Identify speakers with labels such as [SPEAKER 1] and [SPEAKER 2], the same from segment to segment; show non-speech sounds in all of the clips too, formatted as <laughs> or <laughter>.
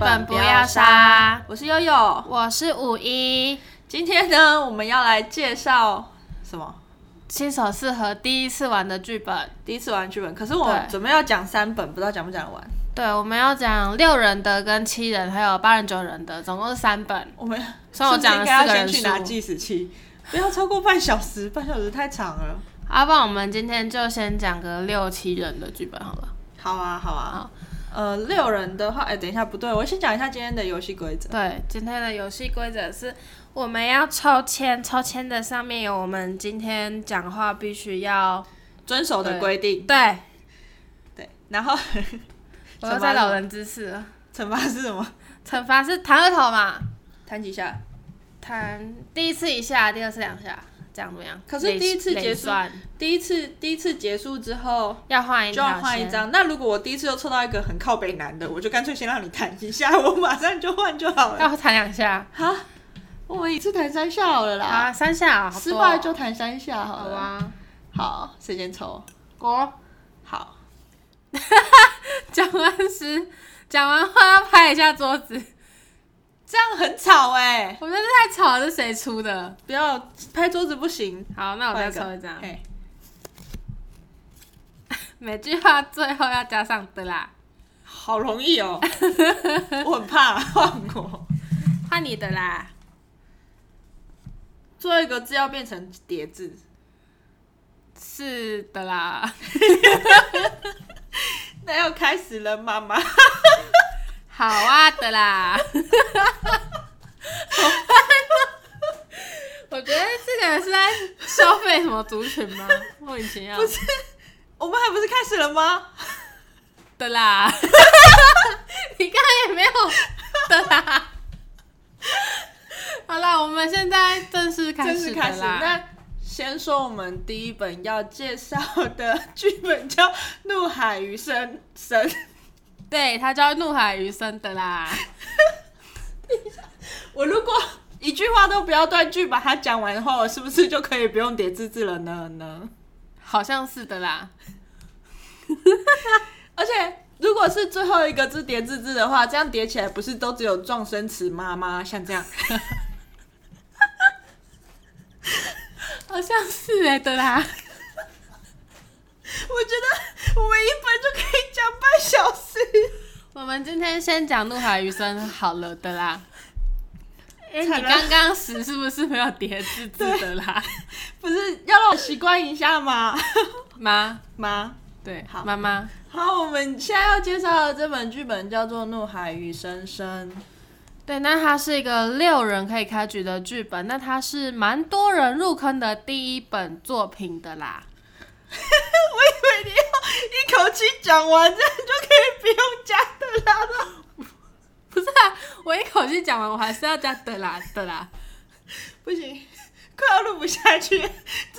[SPEAKER 1] 本不要杀。
[SPEAKER 2] 我是悠悠，
[SPEAKER 1] 我是五一，
[SPEAKER 2] 今天呢，我们要来介绍什么？
[SPEAKER 1] 新手适合第一次玩的剧本。
[SPEAKER 2] 第一次玩剧本，可是我
[SPEAKER 1] 对
[SPEAKER 2] 准备要讲三本，不知道讲不讲得完。
[SPEAKER 1] 对，我们要讲六人的、跟七人，还有八人、九人的，总共是三本。
[SPEAKER 2] 我们
[SPEAKER 1] 所以我讲
[SPEAKER 2] 是不是应该
[SPEAKER 1] 了四
[SPEAKER 2] 要
[SPEAKER 1] 个
[SPEAKER 2] 先
[SPEAKER 1] 人
[SPEAKER 2] 去拿
[SPEAKER 1] 数
[SPEAKER 2] 计时器，不要超过半小时，半小时太长了。
[SPEAKER 1] 阿啊不然我们今天就先讲个六七人的剧本好了。
[SPEAKER 2] 好啊，好啊。呃，六人的话，哎、等一下，不对，我先讲一下今天的游戏规则。
[SPEAKER 1] 对，今天的游戏规则是我们要抽签，抽签的上面有我们今天讲话必须要
[SPEAKER 2] 遵守的规定。
[SPEAKER 1] 对。
[SPEAKER 2] 对，然后 <laughs>
[SPEAKER 1] 我又在老人知识了，
[SPEAKER 2] 惩罚是什么？
[SPEAKER 1] 惩罚是弹二头嘛，
[SPEAKER 2] 弹几下？
[SPEAKER 1] 弹第一次一下，第二次两下，这样怎么样？
[SPEAKER 2] 可是
[SPEAKER 1] 累
[SPEAKER 2] 第一次结
[SPEAKER 1] 累
[SPEAKER 2] 束
[SPEAKER 1] 算
[SPEAKER 2] 第一次，第一次结束之后，
[SPEAKER 1] 要换一
[SPEAKER 2] 就
[SPEAKER 1] 条
[SPEAKER 2] 要换一
[SPEAKER 1] 线，
[SPEAKER 2] 张。那如果我第一次就抽到一个很靠北男的，我就干脆先让你弹一下，我马上就换就好了。
[SPEAKER 1] 要弹两下
[SPEAKER 2] 好，我们一次弹三下好了啦，
[SPEAKER 1] 啊，三下啊好多哦
[SPEAKER 2] 失败就弹三下好
[SPEAKER 1] 好
[SPEAKER 2] 了。
[SPEAKER 1] 啊。
[SPEAKER 2] 好，谁先抽？
[SPEAKER 1] 我
[SPEAKER 2] 好，
[SPEAKER 1] <laughs> 讲完时，讲完话要拍一下桌子， <laughs>
[SPEAKER 2] 这样很吵哎、
[SPEAKER 1] 我觉得这太吵了，是谁出的？
[SPEAKER 2] 不要拍桌子不行。
[SPEAKER 1] 好，那我
[SPEAKER 2] 换一个
[SPEAKER 1] 再
[SPEAKER 2] 哎
[SPEAKER 1] 抽一张。
[SPEAKER 2] 嘿
[SPEAKER 1] 每句话最后要加上的啦，
[SPEAKER 2] 好容易 <laughs> 哦，我很怕换我。
[SPEAKER 1] 换你的啦。
[SPEAKER 2] <laughs> 最后一个字要变成叠字，
[SPEAKER 1] 是的啦，
[SPEAKER 2] 那要开始了，妈 <laughs> 妈。
[SPEAKER 1] 好啊
[SPEAKER 2] <laughs>
[SPEAKER 1] 的啦。我觉得这个人是在消费什么族群吗？莫名其妙。
[SPEAKER 2] 不是，我们还不是开始了吗？
[SPEAKER 1] 的啦， <laughs> 你刚才也没有的啦。 <laughs> 好啦，我们现在正式开
[SPEAKER 2] 正
[SPEAKER 1] 始
[SPEAKER 2] 式
[SPEAKER 1] 的
[SPEAKER 2] 开始。
[SPEAKER 1] 啦。
[SPEAKER 2] 那先说我们第一本要介绍的剧本叫《怒海余生神》， <laughs>
[SPEAKER 1] 对，他叫怒海余生的啦。
[SPEAKER 2] 我如果一句话都不要断句把它讲完的话，我是不是就可以不用叠字字了呢？呢？
[SPEAKER 1] <laughs>
[SPEAKER 2] <laughs>
[SPEAKER 1] 好像是的啦。
[SPEAKER 2] 而且如果是最后一个字叠字字的话，这样叠起来不是都只有撞声词妈妈像
[SPEAKER 1] <laughs>
[SPEAKER 2] 这样？
[SPEAKER 1] 好像是哎、的啦，
[SPEAKER 2] 我觉得我们一本就可以讲半小时。
[SPEAKER 1] 我们今天先讲怒海余生好了的啦。 <laughs> 哎、
[SPEAKER 2] 惨
[SPEAKER 1] 你
[SPEAKER 2] 了
[SPEAKER 1] 刚刚时是不是没有叠字字的啦？
[SPEAKER 2] 不是要让我习惯一下吗？ <laughs>
[SPEAKER 1] 妈，
[SPEAKER 2] 妈，
[SPEAKER 1] 对，
[SPEAKER 2] 好
[SPEAKER 1] 妈妈，
[SPEAKER 2] 好，我们现在要介绍的这本剧本叫做《怒海与深深》。 <laughs>
[SPEAKER 1] 对，那它是一个六人可以开局的剧本，那它是蛮多人入坑的第一本作品的啦。
[SPEAKER 2] 我以为你要一口气讲完，这样就可以不用加的啦了。
[SPEAKER 1] 不是啊，我一口气讲完，我还是要加的啦的啦。
[SPEAKER 2] 不行，快要录不下去，这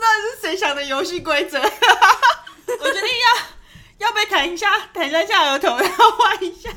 [SPEAKER 2] 到底是谁想的游戏规则？ <laughs> 我决定要要被弹一下，弹三下额头，然后换一下。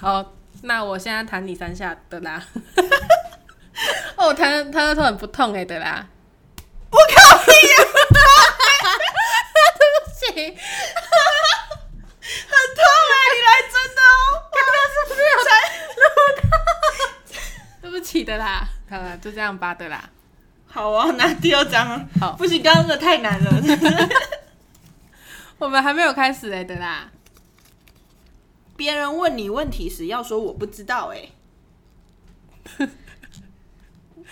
[SPEAKER 1] 好，那我现在弹你三下的啦。哦，我弹弹的头很不痛哎、的啦。
[SPEAKER 2] 我靠你啊！
[SPEAKER 1] 对不起，
[SPEAKER 2] 很痛啊！你来真的哦，刚刚是不是有才录到？
[SPEAKER 1] 对不起的啦。好了，就这样吧的啦。
[SPEAKER 2] <laughs> 好啊，那第二张啊，
[SPEAKER 1] 好
[SPEAKER 2] 不行，刚刚的太难了。
[SPEAKER 1] 我们还没有开始哎、的啦。
[SPEAKER 2] 别人问你问题时，要说我不知道、欸。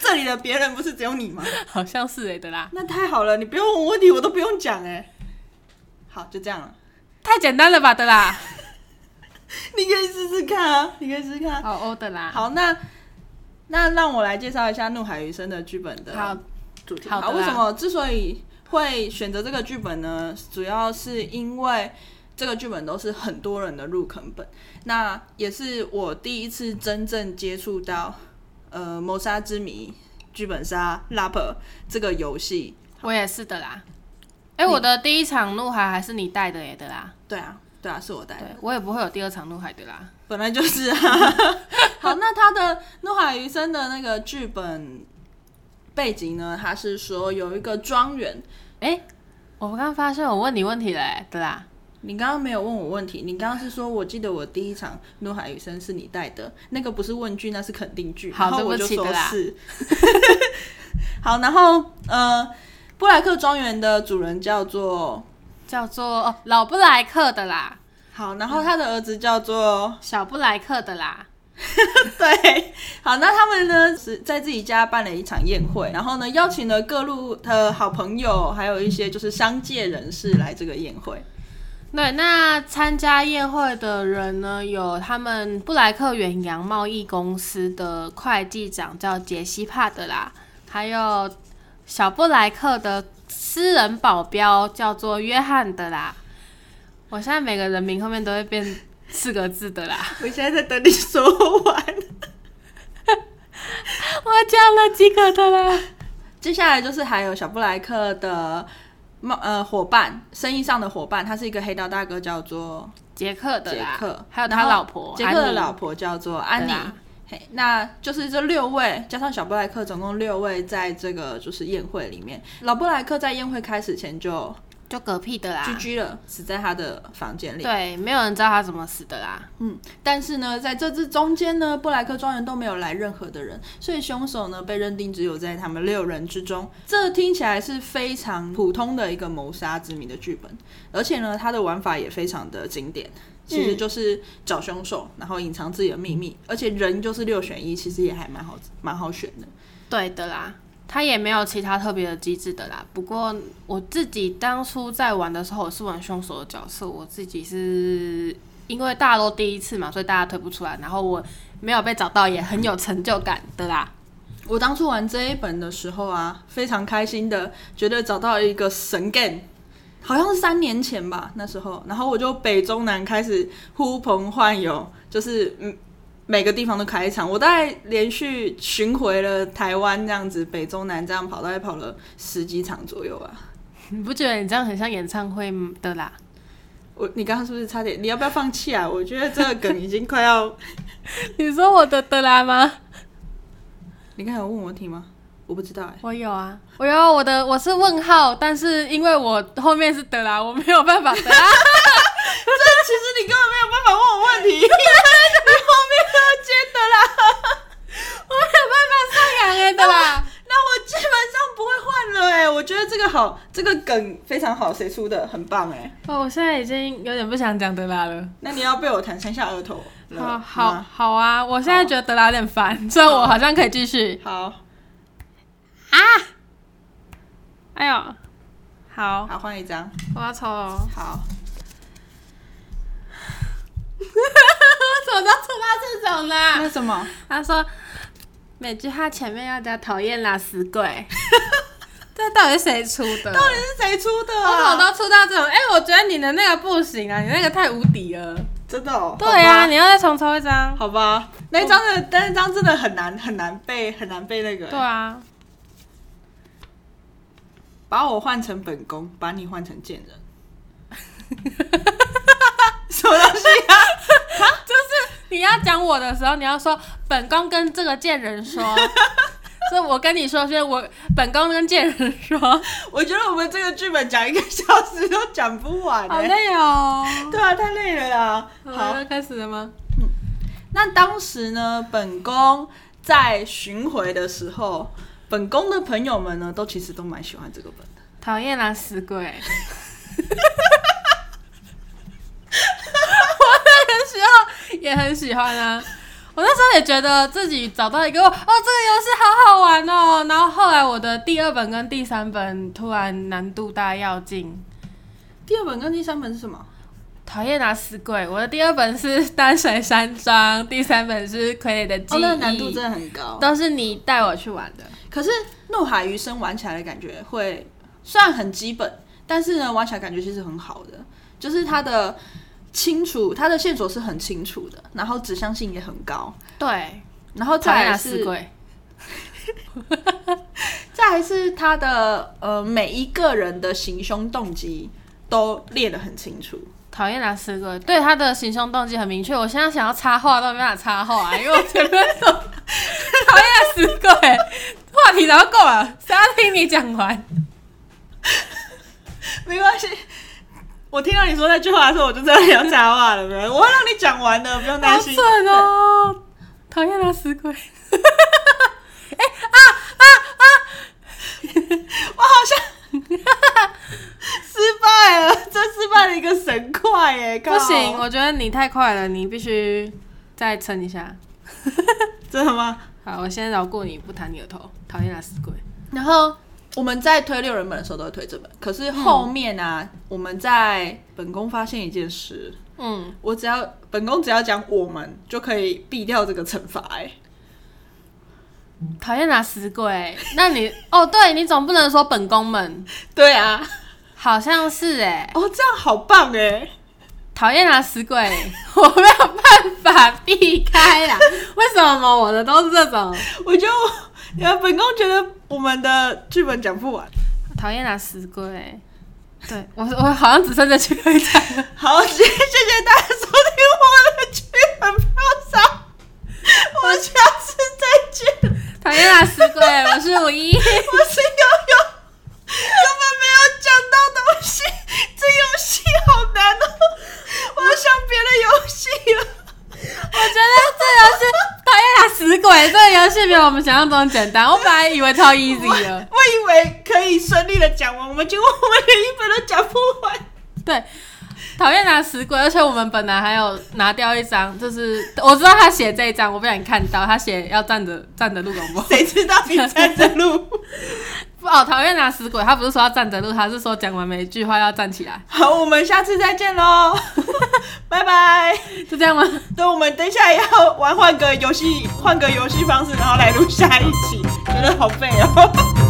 [SPEAKER 2] 这里的别人不是只有你吗？
[SPEAKER 1] 好像是哎、的啦，
[SPEAKER 2] 那太好了，你不用问我问题，我都不用讲哎、好，就这样了。
[SPEAKER 1] 太简单了吧的啦。
[SPEAKER 2] 你可以试试看啊，你可以试试看、啊。
[SPEAKER 1] 好哦的啦。
[SPEAKER 2] 好，那那让我来介绍一下《怒海余生》的剧本的
[SPEAKER 1] 好，
[SPEAKER 2] 主题。
[SPEAKER 1] 好的
[SPEAKER 2] 好，
[SPEAKER 1] 啦
[SPEAKER 2] 为什么之所以会选择这个剧本呢？主要是因为这个剧本都是很多人的入坑本，那也是我第一次真正接触到呃《谋杀之谜》、剧本杀、Lap 这个游戏。
[SPEAKER 1] 我也是的啦。哎、我的第一场怒海还是你带的耶的啦，
[SPEAKER 2] 对啊，对啊，是我带的
[SPEAKER 1] 对。我也不会有第二场怒海的啦。
[SPEAKER 2] 本来就是啊。 <laughs> 好，那他的《怒海余生》的那个剧本背景呢？他是说有一个庄园，
[SPEAKER 1] 哎、我刚刚发现我问你问题嘞、的啦，
[SPEAKER 2] 你刚刚没有问我问题，你刚刚是说我记得我第一场怒海余生是你带的，那个不是问句，那是肯定句。
[SPEAKER 1] 好
[SPEAKER 2] 然后我就
[SPEAKER 1] 对不起
[SPEAKER 2] 说
[SPEAKER 1] 的啦
[SPEAKER 2] 是。 <laughs> 好，然后呃，布莱克庄园的主人叫做
[SPEAKER 1] 叫做、哦、老布莱克的啦，
[SPEAKER 2] 好，然后他的儿子叫做、 <laughs>
[SPEAKER 1] 小布莱克的啦，
[SPEAKER 2] 对，好，那他们呢是在自己家办了一场宴会，然后呢邀请了各路的好朋友，还有一些就是商界人士来这个宴会。
[SPEAKER 1] 对，那参加宴会的人呢，有他们布莱克远洋贸易公司的会计长叫杰西帕德啦，还有小布莱克的私人保镖叫做约翰的啦。我现在每个人名后面都会变四个字的啦。
[SPEAKER 2] <laughs> 我现在在等你说完。
[SPEAKER 1] 我讲了几个的啦。
[SPEAKER 2] 接下来就是还有小布莱克的冒呃伙伴，生意上的伙伴，他是一个黑道大哥，叫做
[SPEAKER 1] 杰克的
[SPEAKER 2] 杰
[SPEAKER 1] 啦，
[SPEAKER 2] 克，
[SPEAKER 1] 啊还有
[SPEAKER 2] 然
[SPEAKER 1] 他
[SPEAKER 2] 后
[SPEAKER 1] 老婆
[SPEAKER 2] 杰克的
[SPEAKER 1] 安妮
[SPEAKER 2] 老婆叫做安妮
[SPEAKER 1] 对啊。
[SPEAKER 2] 嘿，那就是这六位加上小布莱克，总共六位在这个就是宴会里面。老布莱克在宴会开始前就
[SPEAKER 1] 就嗝屁的啦
[SPEAKER 2] 居。居了，死在他的房间里。
[SPEAKER 1] 对，没有人知道他怎么死的啦。
[SPEAKER 2] 嗯，但是呢，在这之中间呢，布莱克庄园都没有来任何的人，所以凶手呢被认定只有在他们六人之中。这听起来是非常普通的一个谋杀之谜的剧本，而且呢，它的玩法也非常的经典。其实就是找凶手，然后隐藏自己的秘密，而且人就是六选一，其实也还蛮好，蛮好选的。
[SPEAKER 1] 对的啦，他也没有其他特别的机制的啦。不过我自己当初在玩的时候，我是玩凶手的角色，我自己是因为大家都第一次嘛，所以大家推不出来，然后我没有被找到，也很有成就感的啦。
[SPEAKER 2] 我当初玩这一本的时候啊，非常开心的，觉得找到了一个神 game，好像是三年前吧，那时候，然后我就北中南开始呼朋唤友，就是嗯。每个地方都开一场，我大概连续巡回了台湾这样子，北中南这样跑，大概跑了十几场左右吧。
[SPEAKER 1] 你不觉得你这样很像演唱会的啦？
[SPEAKER 2] 我你刚刚是不是差点？你要不要放弃啊？我觉得这个梗已经快要……
[SPEAKER 1] 你说我的的啦吗？
[SPEAKER 2] 你刚才有问我问题吗？我不知 <laughs> 道哎、
[SPEAKER 1] 我有啊，我有我的，我是问号，但是因为我后面是德拉，我没有办法德 <laughs> 拉。
[SPEAKER 2] 但其实你根本没有办法问我问 <laughs> 题，你后面要接的啦。
[SPEAKER 1] 我没有办法上扬哎，对吧？
[SPEAKER 2] 那我基本上不会换了哎、我觉得这个好，这个梗非常好，谁出的很棒哎、
[SPEAKER 1] 哦，我现在已经有点不想讲德拉了。
[SPEAKER 2] 那你要被我弹三下额头了
[SPEAKER 1] 嗯好
[SPEAKER 2] 吗
[SPEAKER 1] 好好啊，我现在觉得德拉有点烦， <laughs> 所以我好啊像可以继续。
[SPEAKER 2] 好
[SPEAKER 1] 哎呦，好，
[SPEAKER 2] 好换一张，
[SPEAKER 1] 我要抽了。哦
[SPEAKER 2] 好，
[SPEAKER 1] 我 <laughs> 怎么都抽到这种啊
[SPEAKER 2] 那
[SPEAKER 1] 啦？
[SPEAKER 2] 什么？
[SPEAKER 1] 他说每句话前面要加讨厌啦，死鬼。 <laughs> 这到底是谁出的？
[SPEAKER 2] 到底是谁出的、
[SPEAKER 1] 我怎么
[SPEAKER 2] 啊？
[SPEAKER 1] 都出到这种？哎、我觉得你的那个不行啊，你那个太无敌了。
[SPEAKER 2] <laughs> 真的、哦？
[SPEAKER 1] 对啊，
[SPEAKER 2] 好吧
[SPEAKER 1] 你要再重抽一张。
[SPEAKER 2] 好吧，那一张的那一张真的很难很难背很难背那个、
[SPEAKER 1] 对啊，
[SPEAKER 2] 把我换成本宫，把你换成贱人。 <laughs> 什么东西啊？
[SPEAKER 1] 就是你要讲我的时候，你要说本宫跟这个贱人 <laughs> 说，所以我跟你说，所以我本宫跟贱人说，好
[SPEAKER 2] 我觉得我们这个剧本讲一个小时都讲不完、欸。
[SPEAKER 1] 累哦。
[SPEAKER 2] 对啊，太累了啦。
[SPEAKER 1] 好，
[SPEAKER 2] 好，
[SPEAKER 1] 要开始了吗？
[SPEAKER 2] 那当时呢，本宫在巡回的时候，本宫的朋友们呢，都其实都蛮喜欢这个本的。
[SPEAKER 1] 讨厌啦，死鬼！我那个时候也很喜欢啊。我那时候也觉得自己找到一个哦，这个游戏好好玩哦。然后后来我的第二本跟第三本突然难度大跃进，
[SPEAKER 2] 第二本跟第三本是什么？
[SPEAKER 1] 讨厌拿死鬼。我的第二本是淡水山庄，第三本是傀儡的记
[SPEAKER 2] 哦，
[SPEAKER 1] 忆，
[SPEAKER 2] 那个难度真的很高。
[SPEAKER 1] 都是你带我去玩的。
[SPEAKER 2] 嗯可是怒海余生玩起来的感觉会，虽然很基本，但是呢，玩起来感觉其实很好的，就是它的清楚，它的线索是很清楚的，然后指向性也很高，
[SPEAKER 1] 对，
[SPEAKER 2] 然后
[SPEAKER 1] 讨
[SPEAKER 2] 再
[SPEAKER 1] 厌
[SPEAKER 2] 来
[SPEAKER 1] 拿
[SPEAKER 2] 是
[SPEAKER 1] 死鬼。
[SPEAKER 2] 再来是他的呃每一个人的行凶动机都列得很清楚，
[SPEAKER 1] 讨厌拿死鬼，对他的行凶动机很明确。我现在想要插话都没办法插话、欸因为我觉得那种讨厌拿死鬼话题早就够啊了，谁要听你讲完？
[SPEAKER 2] 没关系。我听到你说那句话的时候，我就知道你要插话了，没有？我会让你讲完的，不用担
[SPEAKER 1] 好
[SPEAKER 2] 心。
[SPEAKER 1] 准哦！讨厌他死鬼，
[SPEAKER 2] 我好像失败了，这失败了一个神快耶！靠
[SPEAKER 1] 不行，，我觉得你太快了，你必须再撑一下。
[SPEAKER 2] 真的吗？
[SPEAKER 1] 好，我先饶过你，不弹你的头，讨厌他死鬼。
[SPEAKER 2] 然后我们在推六人本的时候都会推这本，可是后面啊，我们在本宫发现一件事，
[SPEAKER 1] 嗯，
[SPEAKER 2] 我只要本宫只要讲我们就可以避掉这个惩罚哎。
[SPEAKER 1] 讨厌他死鬼。那你哦，对你总不能说本宫们，
[SPEAKER 2] 对啊，
[SPEAKER 1] 好像是哎、
[SPEAKER 2] 哦，这样好棒哎！
[SPEAKER 1] 讨厌啊，死鬼！ <laughs> 我没有办法避开啦。为什么我的都是这种
[SPEAKER 2] 我就呃，本宫觉得我们的剧本讲不完，
[SPEAKER 1] 讨厌啊，死鬼？对我，我好像只剩这句可以讲了。
[SPEAKER 2] 好， <laughs> 谢谢谢大家收听我的剧本票上，我们下次再见。
[SPEAKER 1] 讨厌啊，死鬼！我是五一， <laughs>
[SPEAKER 2] 我是悠悠，根本没有讲到东西，这游戏好难哦，我要想别的游戏了。
[SPEAKER 1] 我觉得这游戏讨厌啊，死鬼这个游戏比我们想象中简单。我本来以为超 easy 的，
[SPEAKER 2] 我以为可以顺利的讲完，我们结果我们连一本都讲不完。
[SPEAKER 1] 对。讨厌拿死鬼，而且我们本来还有拿掉一张，就是我知道他写这一张，我不小心看到他写要站着站着录广播，
[SPEAKER 2] 谁知道你站着录？
[SPEAKER 1] 哦，讨厌拿死鬼，他不是说要站着录，他是说讲完每一句话要站起来，
[SPEAKER 2] 好，我们下次再见喽， <laughs> 拜拜。
[SPEAKER 1] 就这样吗？
[SPEAKER 2] 等我们等一下要玩换个游戏，换个游戏方式，然后来录下一期，觉得好废哦。